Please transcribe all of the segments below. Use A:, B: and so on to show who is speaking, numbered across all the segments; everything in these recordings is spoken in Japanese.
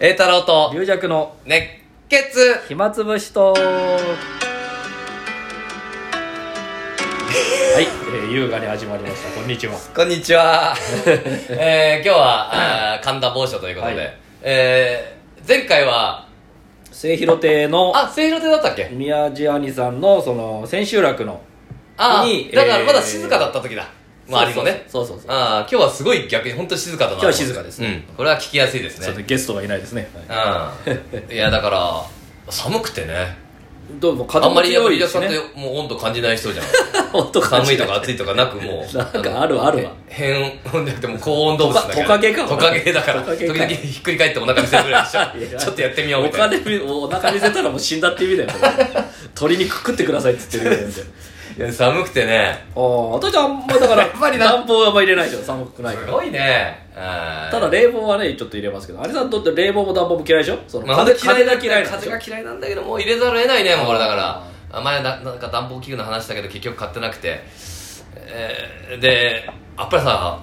A: 栄太郎と
B: 龍弱の
A: 熱血
B: 暇つぶしとはい、えー優雅に始まりましたこんにちは
A: こんにち は、えー、今日はあー神田某所ということで、
B: はい
A: えー、前回は
B: 末広亭の
A: あ清涼亭だったっけ
B: 宮地兄さんのその千秋楽の
A: あ
B: に
A: あだからまだ
B: えー
A: 静かだった時だ、周りもね
B: そうそうそうそう
A: ああ今日はすごい逆に本当に静かだな
B: 今日は静かです
A: ね、うん、これは聞きやすいです
B: そうそう
A: ね
B: ゲストがいないですね、はい
A: うんい やだから寒くてね
B: どうも
A: あ
B: 風
A: んま
B: も
A: りやっ
B: 強
A: ぱ
B: い
A: り
B: で
A: さ
B: す
A: んっ
B: ね
A: てもう温度感じない人じ ゃん
B: 本当感
A: 寒
B: じ
A: い
B: な
A: とか暑いとかなくもう
B: なんかあるあるわ
A: 変温だけどもう高温動物だから
B: トカゲか
A: トカゲだから
B: トカゲ
A: 時
B: か
A: 々ひっくり返ってお腹見せるぐらいでし
B: い
A: ょ
B: や
A: ちょっとやってみよう
B: お
A: みたいな
B: 金見お腹見せたらもう死んだって意味 だよこれ鶏肉食ってくださいって言ってるぐらいで
A: いや寒くてね
B: ああ私 はあんまだから
A: やっぱりな
B: 暖房はあんま入れないでしょ寒くないか
A: す
B: ら
A: ごいねあー
B: ただ冷房はねちょっと入れますけどあれさんにとって冷房も暖房も嫌いでしょその
A: まあ
B: 風風が嫌いなんでし
A: 風
B: ょ
A: が嫌いなんだけどもう入れざるを得ないねもうこれだから
B: あ
A: あ前ななんか暖房器具の話だけど結局買ってなくて、えーでやっぱりさ、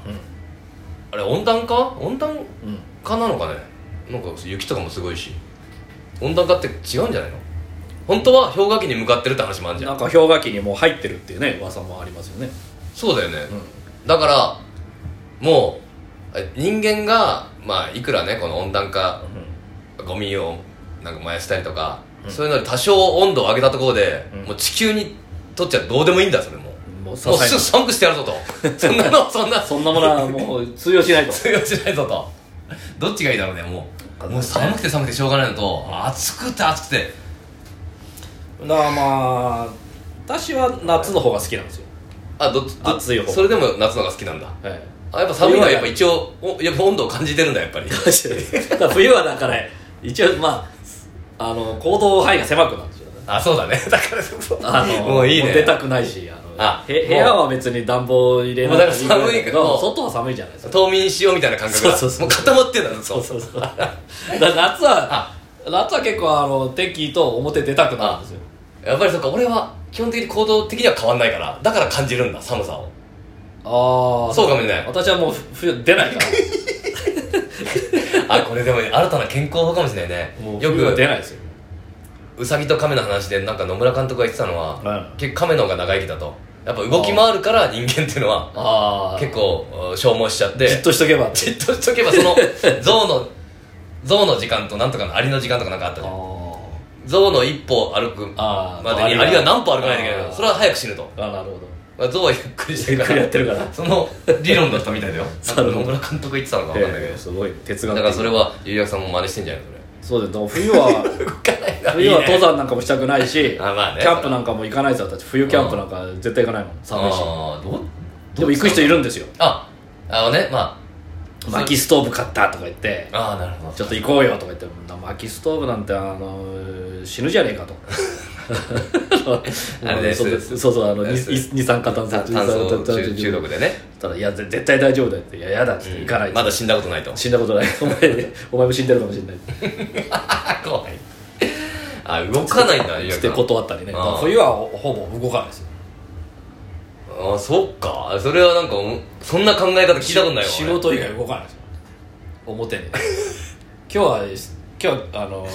A: あれ温暖化温暖
B: うん
A: 化なのかねなんか雪とかもすごいし温暖化って違うんじゃないの本当は氷河期に向かってるって話もあるじゃん
B: なんか氷河期にもう入ってるっていうね噂もありますよね
A: そうだよね、だからもうえ人間がまあいくらねこの温暖化ゴミをなんか燃やしたりとか、そういうので多少温度を上げたところで、
B: うん
A: もう地球にとっちゃどうでもいいんだそれもうも
B: もう
A: う
B: 些細
A: す
B: な
A: ぐ寒くしてやるぞとそんなのそんな
B: そんなものはもう通用しない と
A: 通用しないぞとどっちがいいだろうねもうもう寒くて寒くてしょうがないのと暑くて暑くて
B: だからまあ私は夏の方が好きなんですよ、
A: あどっちどっ
B: 暑い方
A: それでも夏の方が好きなんだ
B: はい、
A: あやっぱ寒いのはやっぱ一応おやっぱ温度を感じてるんだやっぱり
B: だから 冬はだから一応まああの行動範囲が狭くなるんですよね
A: あそうだね だからそう
B: あの
A: もういいね
B: 出たくないしあの
A: あ
B: へ部屋は別に暖房入れな
A: もう
B: く
A: だ
B: て
A: から寒いけど
B: もう外は寒いじゃないですか
A: 冬眠しようみたいな感覚が
B: そうそうそ
A: も
B: う
A: う固まってんだずっと
B: そうそうそう だから夏は
A: あ
B: 夏は結構あの適宜と表出たくなるんですよ
A: やっぱりそっか俺は基本的に行動的には変わんないからだから感じるんだ寒さを
B: ああ
A: そうかもね
B: 私はもう冬出ないから
A: あこれでも新たな健康法かもしれないね
B: もう
A: よ
B: 冬は出
A: く
B: ないですよ
A: うさぎと亀の話でなんか野村監督が言ってたのは、
B: はい
A: 結構亀の方が長生きだとやっぱ動き回るから人間っていうのは
B: ああ
A: 結構うん消耗しちゃって
B: じっとしとけばって
A: じっとしとけばその象の象の時間となんとかのアリの時間とかなんかあったじゃん
B: あ
A: 象の一歩歩く
B: あー
A: までに
B: あ
A: アリ
B: リ
A: は
B: は
A: 何歩歩かないといけないけ
B: あ
A: ど
B: ー
A: それは早く死ぬと
B: ーあなるほど
A: まあ象はゆっくりしてる
B: ゆっ
A: か
B: くりや
A: ら
B: ってるから
A: その理論だったみたいだよ なんか野村監督言ってたのか分かんないけ
B: え
A: ど
B: ーすごい哲
A: だ
B: 学的
A: からそれは有楽さんも真似してんじゃない
B: そうですでも冬
A: の
B: は
A: それ動かないな
B: 冬は登
A: 山
B: 山なんかもしたくないし
A: あまあね
B: キャンプなんかも行かないですよ私冬キャンプなんか絶対行かないもん寒いし
A: ああど
B: でも行く人いるんですよ
A: ああのねま
B: 薪ストーブ買ったとか言って
A: あああなるほど
B: ちょっと行こうよとか言って薪ストーブなんてあの死ぬじゃねえかと
A: あれね
B: そう
A: す
B: そうそうあの
A: ね
B: 二
A: す
B: 二酸化炭素
A: 炭炭素中中毒でね
B: ただいやぜ絶対大丈夫だよっていややだって行かない、
A: まだ死んだこと ないと
B: 死んだこ とないお前お前も死んでるかもしれないっ
A: あ怖いあ動かないんだ有楽
B: て
A: さん
B: 断ったりね
A: あー
B: だから冬はほぼ動かないですよ
A: ああそっかそれはなんかうんそんな考え方聞いたことないわ
B: し仕
A: 俺
B: 事以外動かないですよ表に今日は今日あの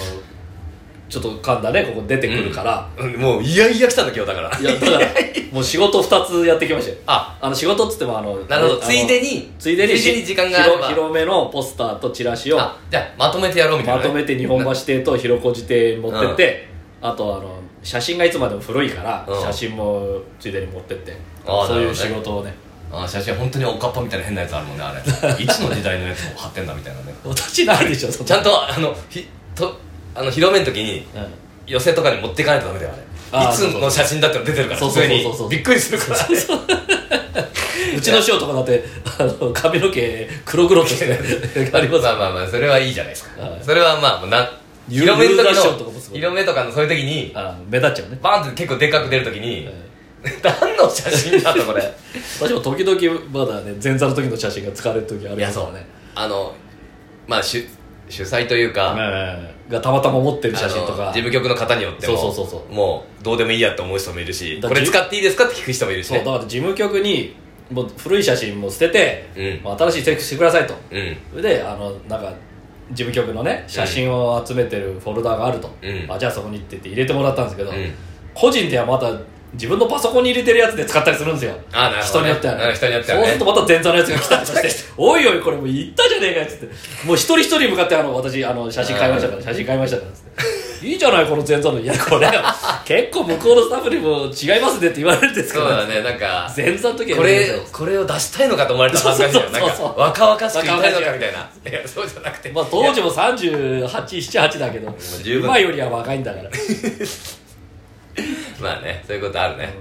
B: ちょっと噛んだねここ出てくるから、
A: うんもういやいや来たんだ今日だから
B: いやだからもう仕事2つやってきましたよ
A: あ
B: あの仕事っつってもあの
A: なるほど
B: あの
A: ついでに
B: ついでに
A: ついでに時間があれば
B: 広広めのポスターとチラシを
A: あじゃあまとめてやろうみたい
B: ま
A: なね
B: とめて日本橋邸と広小路邸に持ってって、あとあの写真がいつまでも古いから、
A: うん
B: 写真もついでに持ってって
A: あー
B: そうい
A: なるほど
B: う
A: ね
B: 仕事をね
A: あ写真本当におかっぱみたいな変なやつあるもんねあれいつの時代のやつを貼ってんだみたいなね
B: 私ないでしょそん
A: ちゃ
B: なん
A: とあのひとあの広めの時に
B: うん
A: 寄せとかに持っていかないとダメだよあ
B: あ
A: れ
B: ー
A: いつの写真だっての出てるから
B: そう
A: 普
B: そう
A: 通
B: そう
A: に
B: そうそうそう
A: びっくりするから
B: うちの師匠とかだってあの髪の毛黒々としてあります
A: まあまあまあそれはいいじゃないですか
B: はい
A: それはまあもうな
B: 有
A: 広めの
B: 有楽
A: 時
B: 章
A: の
B: とかもすごい
A: 広めとかのそういう時に
B: あ目立っちゃうね、
A: バーンって結構でっかく出る時に
B: うん
A: 何の写真だとこれ
B: 私も時々まだね前座の時の写真が使われる時ある
A: い
B: や
A: や
B: つ
A: そ
B: は
A: う
B: ね
A: ねあのまあ主主催というか
B: がたまたま持ってる
A: あ
B: 写
A: の
B: 真とか
A: 事務局の方によっても
B: そうそうそうそ
A: もうどうでもいいやって思う人もいるし
B: だ
A: これ使っていいですかって聞く人もいるし
B: そう
A: ね
B: だから事務局にもう古い写真も捨てて、
A: うん
B: もう新しいチェックしてくださいと
A: うん
B: それであのなんか事務局のね写真を集めてるフォルダがあると、
A: うん
B: あじゃあそこに行ってって入れてもらったんですけど、
A: うん
B: 個人ではまた自分のパソコンに入れてるやつで使ったりするんですよ
A: あなるほ
B: 人
A: ど
B: に
A: ね
B: よっては、
A: うん人によってはね
B: そうするとまた前座のやつが来たりとして 「おいおいこれもう言ったじゃねえか」っつってもう一人一人に向かってあの私あの写真買いましたから写真買いましたからっつって「いいじゃないこの前座のいやこれ結構向こうのスタッフにも違いますね」って言われるんですけ
A: そう
B: ど、
A: だねなんか
B: 前座の時は
A: これこれを出したいのかと思われたら恥ずかしいよ
B: そう
A: な
B: そ
A: ん
B: う
A: か
B: そう
A: 若々しく言いたいのかみたいないやそうじゃなくて
B: まあ、当時も3878だけど
A: 十分
B: 今よりは若いんだから
A: まあねそういうことあるね、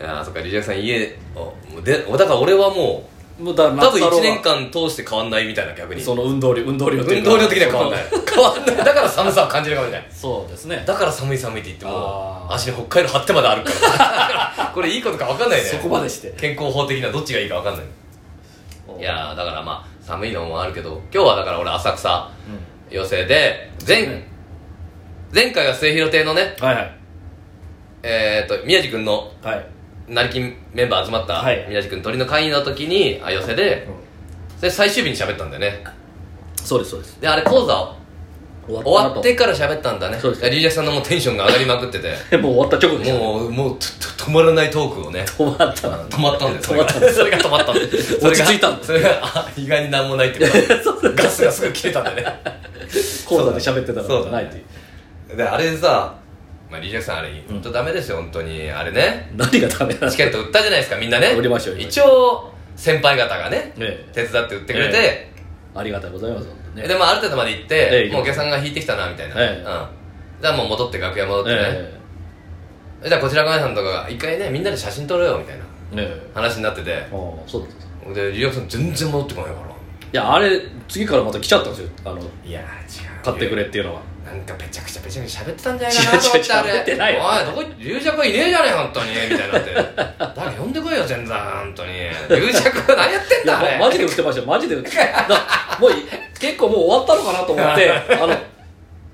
A: ああそっかリジャクさん家をでだから俺はも
B: もうだから
A: う多分
B: 松
A: 1
B: 太郎は
A: 年間通して変わんないみたいな逆に
B: その運動量運動量という
A: 運
B: か
A: 動量的には変わん ない変わんない だから寒さを感じるかもしれない
B: そうですね
A: だから寒い寒いって言って
B: あ
A: も
B: ー
A: 足に北海道張ってまで歩く からこれいいことか分かんないね
B: そこまでして
A: 健康法的などっちがいいか分かんないいやーだからまあ寒いのもあるけど今日はだから俺浅草
B: う
A: 寄席で前,、
B: ね
A: 前回は末広亭のね
B: んはいはい
A: えー、と宮治君の
B: はい
A: 成金メンバー集まった
B: はい
A: 宮治君鳥の会の時にあ寄席でそれ最終日に喋ったんだよね
B: そうですそうです
A: であれ講座終わってから喋ったんだね
B: そうです
A: いやリージャクさんのもうテンションが上がりまくってて
B: てもう終わった直後でも
A: もうもうとと止まらないトークをね
B: う止まったな
A: 止まったんです
B: 止まったんです
A: それが止まったんで
B: 落ち着いたんだ
A: それがあ意外になんもない ってことだガスがすぐ切れたんだね
B: 講座で喋ってた
A: そ
B: の
A: う
B: が
A: だ
B: ないという
A: であれさ、まあ、リージャクさんあれ本当ダメですよ本当にあれね
B: 何がダメなんです
A: チケ
B: か
A: ット売ったじゃないですかみんなね
B: 売りましたよ売りまし
A: 一応先輩方がね
B: ええ
A: 手伝って売ってくれて、
B: えありがとうございます本当にね
A: でもある程度まで行っ
B: え
A: て、
B: え
A: もうお客さんが引いてきたなみたいな、
B: ええ
A: うん、じゃあもう戻って楽屋戻ってね、
B: え
A: じゃあこちら側さんとかが一回ねみんなで写真撮ろうよみたいな
B: ええ
A: 話になってて
B: えああそうだそうだ
A: でリラクさん全然戻ってこないから
B: いやあれ次からまた来ちゃったんですよあの
A: いやー違う
B: 買ってくれっていうのは
A: なんかぺちゃくちゃぺちゃくちゃ喋ってたんじゃないかなと思って
B: 違う違う
A: あれ
B: 喋ってないよ
A: おいどこ龍尺いねえじゃねえ本当にみたいになって誰か呼んでこいよ全然本当に龍尺何やってん
B: いや
A: だあれ
B: まマジで売ってましたよマジで売ってだもうい結構もう終わったのかなと 思ってあの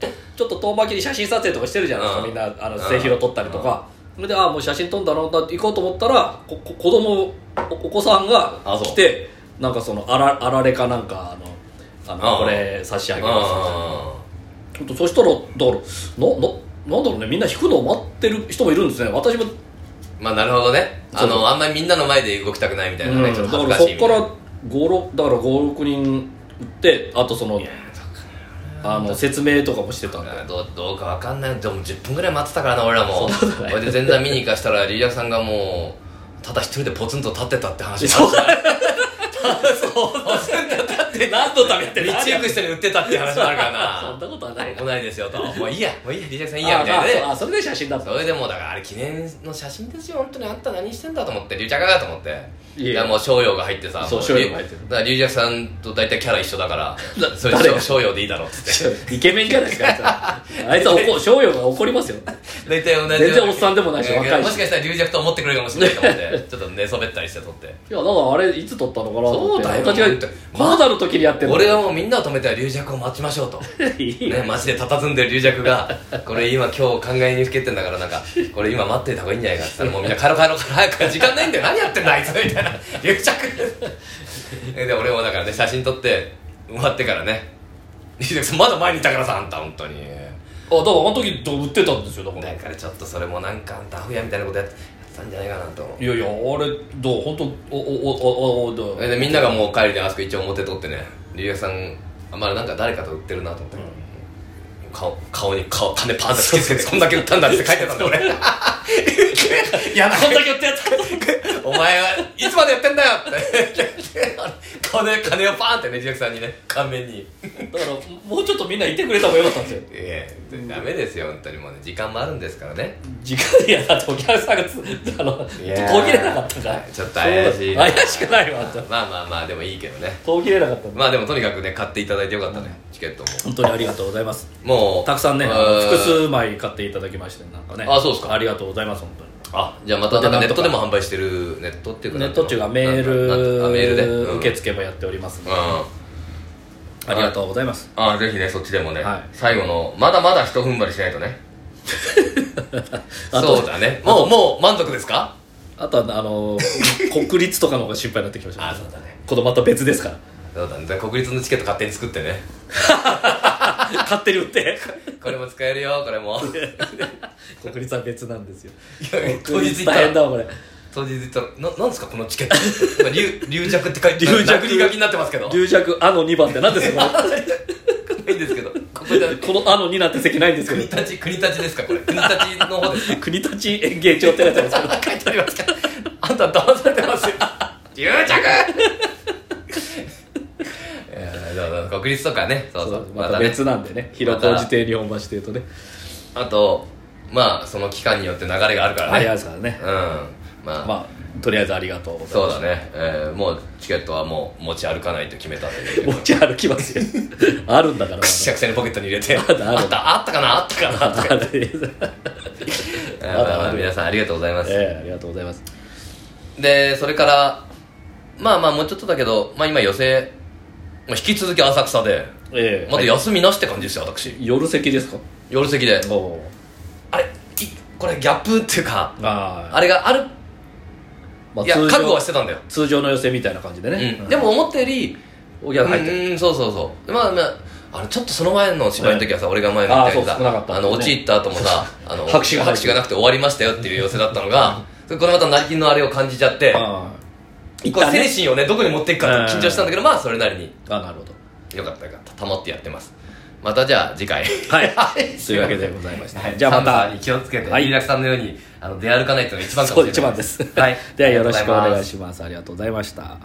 B: とちょっと遠巻きに写真撮影とかしてるじゃないですか、
A: うん
B: みんなあの
A: うん
B: 末広撮ったりとか、それであもう写真撮んだろうな行こうと思ったらここ子供おお子さんが
A: あそう
B: 来てなんかそのあらあられかなんかあのあの
A: うん
B: これ差し上げますみたいな
A: あ
B: ちょっとそしたらだからなななんだろうねみんな引くのを待ってる人もいるんですね私も
A: ーまあなるほどねあ
B: そう
A: のあんまりみんなの前で動きたくないみたいなね、
B: うん
A: ちょっ
B: だ
A: と
B: か
A: 恥ずか
B: らそ
A: しいみた
B: こ
A: いな
B: から56だから56人売ってあとそのあの説明とかもしてたんで
A: どうどうかわかんないでも10分ぐらい待ってたからな俺らも
B: そうだね
A: それで全然見に行かしたらリーダーさんがもうただ一人でポツンと立ってたって話
B: そう
A: だ
B: 何のためって
A: 道行く人に売ってたって話もあるから
B: そんな
A: な
B: ことはない
A: 来ないですよともういいやもういいやリーダーさんいい
B: あ
A: やみたい
B: あ
A: な
B: ま
A: ね
B: あそれで写真だった
A: それでもうだからあれ記念の写真ですよ本当にあんた何してんだと思ってリュウジャカと思って
B: いや
A: いやもう商用が入ってさ
B: そう
A: も
B: 商用が入ってる
A: だからリュウジャクさんと大体キャラ一緒だから
B: だ
A: それ
B: 誰が
A: 商用でいいだろうっ つって
B: イケメンじゃないですか あいつは怒翔陽が怒りますよ
A: 大体同じ
B: 全然おっさんでもないし若いし
A: もしかしたら龍尺と思ってくれるかもしれないと思ってちょっと寝そべったりして撮 って
B: いやだからあれいつ撮ったのかなと思って
A: そうだよ
B: 私がまだの時にやってる
A: 俺はもうみんなを止めては龍尺を待ちましょうと
B: いいよ
A: ねマジで佇んでる龍尺 がこれ今今日考えにふけてんだからなんかこれ今待ってた方がいいんじゃないかって言 ったらもうみんな帰ろう帰ろう帰ろう早く時間ないんだよ何やってんだあいつみたいな龍 尺で俺もだからね写真撮って終わってからね龍尺さんまだ前にいたからさあんた本当に
B: あだからあの時売ってたんですよだから
A: だからちょっとそれもなんかあんたアフやみたいなことやってやってたんじゃないかなと思う
B: いやいやあれどう本当おおおおおお
A: それでみんながもう帰りにあそこ一応表取ってね龍也さんあまあなんか誰かと売ってるなと思って、顔顔に顔金パーンって突きつけてこんだけ売ったんだって書いてたんだ俺
B: いやこんだけ売ってやった
A: お前はいつまでやってんだよって顔で金をパーンってね龍也さんにね顔面に
B: だからもうちょっとみんないてくれた方がよかったんですよ
A: ええダメですよ本当にもうね時間もあるんですからね
B: 時間いやだってお客さんがつあの途切
A: いやー
B: れなかったから
A: ちょっと怪しいな
B: そう怪しくないわあんた
A: まあまあまあでもいいけどね
B: 途切れなかったんだ
A: まあでもとにかくね買っていただいてよかったね、チケットも
B: 本当にありがとうございます
A: もう
B: たくさんねあ
A: う
B: の複数枚買っていただきましてなんかね
A: あそうですか
B: ありがとうございます本当に
A: あじゃあまたなんかネットでも販売してるネットっていうか
B: ネット中がメー
A: なんかあメールで、う
B: ル
A: ん
B: 受付もやっておりますん
A: う
B: で
A: ん
B: ありがとうございます
A: あぜひねそっちでもね、
B: はい
A: 最後のまだまだ一踏ん張りしないとね
B: あと
A: そうだねもうもう満足ですか
B: あとはあの国立とかの方が心配になってきました
A: そうだね
B: このまた別ですから
A: そうだねで国立のチケット勝手に作って ね
B: 勝手に売って
A: これも使えるよこれも
B: 国立は別なんですよ
A: や
B: 国立大変だわこれ
A: 当日言ったら「ななんですかこのチケット」なんか流 「流弱」って書いて
B: 流弱
A: なくり書きになってますけど
B: 龍尺あの2番って何ですかこ
A: な
B: れ
A: いんですけどここで
B: このあの2なんて席ないんですけ
A: 国
B: ど
A: 立国立ですかこれ国立の方ですか
B: 国立演芸場ってやつなんですけど
A: 書いてありますか あんた騙されてますよ流弱 いやだから国立とかねそうそうま
B: また
A: たね
B: 別なんでね平小寺亭日本橋亭とね
A: あとまあその期間によって流れがあるから
B: あり
A: ね
B: ますからね
A: うんまあ、
B: まあとりあえずありがとうござい
A: そう
B: ま
A: だね、えーもうチケットはもう持ち歩かないと決めたんで
B: す持ち歩 きますよあるんだからまだ
A: くしゃくしゃにポケットに入れてあ
B: まだある
A: ったあったかなあったかなとか
B: ある
A: えー
B: ま
A: まあ
B: だ
A: ま
B: あ
A: あ
B: る
A: 皆さんありがとうございます、
B: ええありがとうございます
A: でそれからまあまあもうちょっとだけど、まあ、今予選まあ引き続き浅草で
B: ええ
A: まだ
B: はい
A: 休みなしって感じですよ私
B: 夜席ですか
A: 夜席で
B: お
A: あれいこれギャップっていうか
B: あ
A: あれがある
B: まあ
A: いや
B: 通
A: 覚悟は
B: 常
A: してたんだよ、
B: 通常の寄せみたいな感じでね、
A: うん、でも思ったより
B: お客入ってる
A: うんうんそうそうそうまあまああのちょっとその前の芝居の時はさ、俺が前に言
B: あー
A: ったように
B: そう少なかった
A: さあの落ち入った後もさあの
B: 拍手が
A: 拍手がなくて終わりましたよっていう寄せだったのがそれこのまた成金のあれを感じちゃって
B: ああ
A: こう精神をねどこに持っていくかって緊張したんだけどまあそれなりに
B: あなるほど
A: よかったよかった保ってやってますまたじゃあ次回
B: はい というわけでございました、
A: はい
B: じゃあま
A: 寒さ
B: た
A: に気をつけて
B: はい
A: 飯田さんのようにあの出歩かないというのが一番か
B: そ
A: も
B: う
A: しれない
B: 一番です、
A: はい
B: ではよろしくお
A: ありがとうござい
B: 願
A: ま
B: い
A: す
B: しますありがとうございました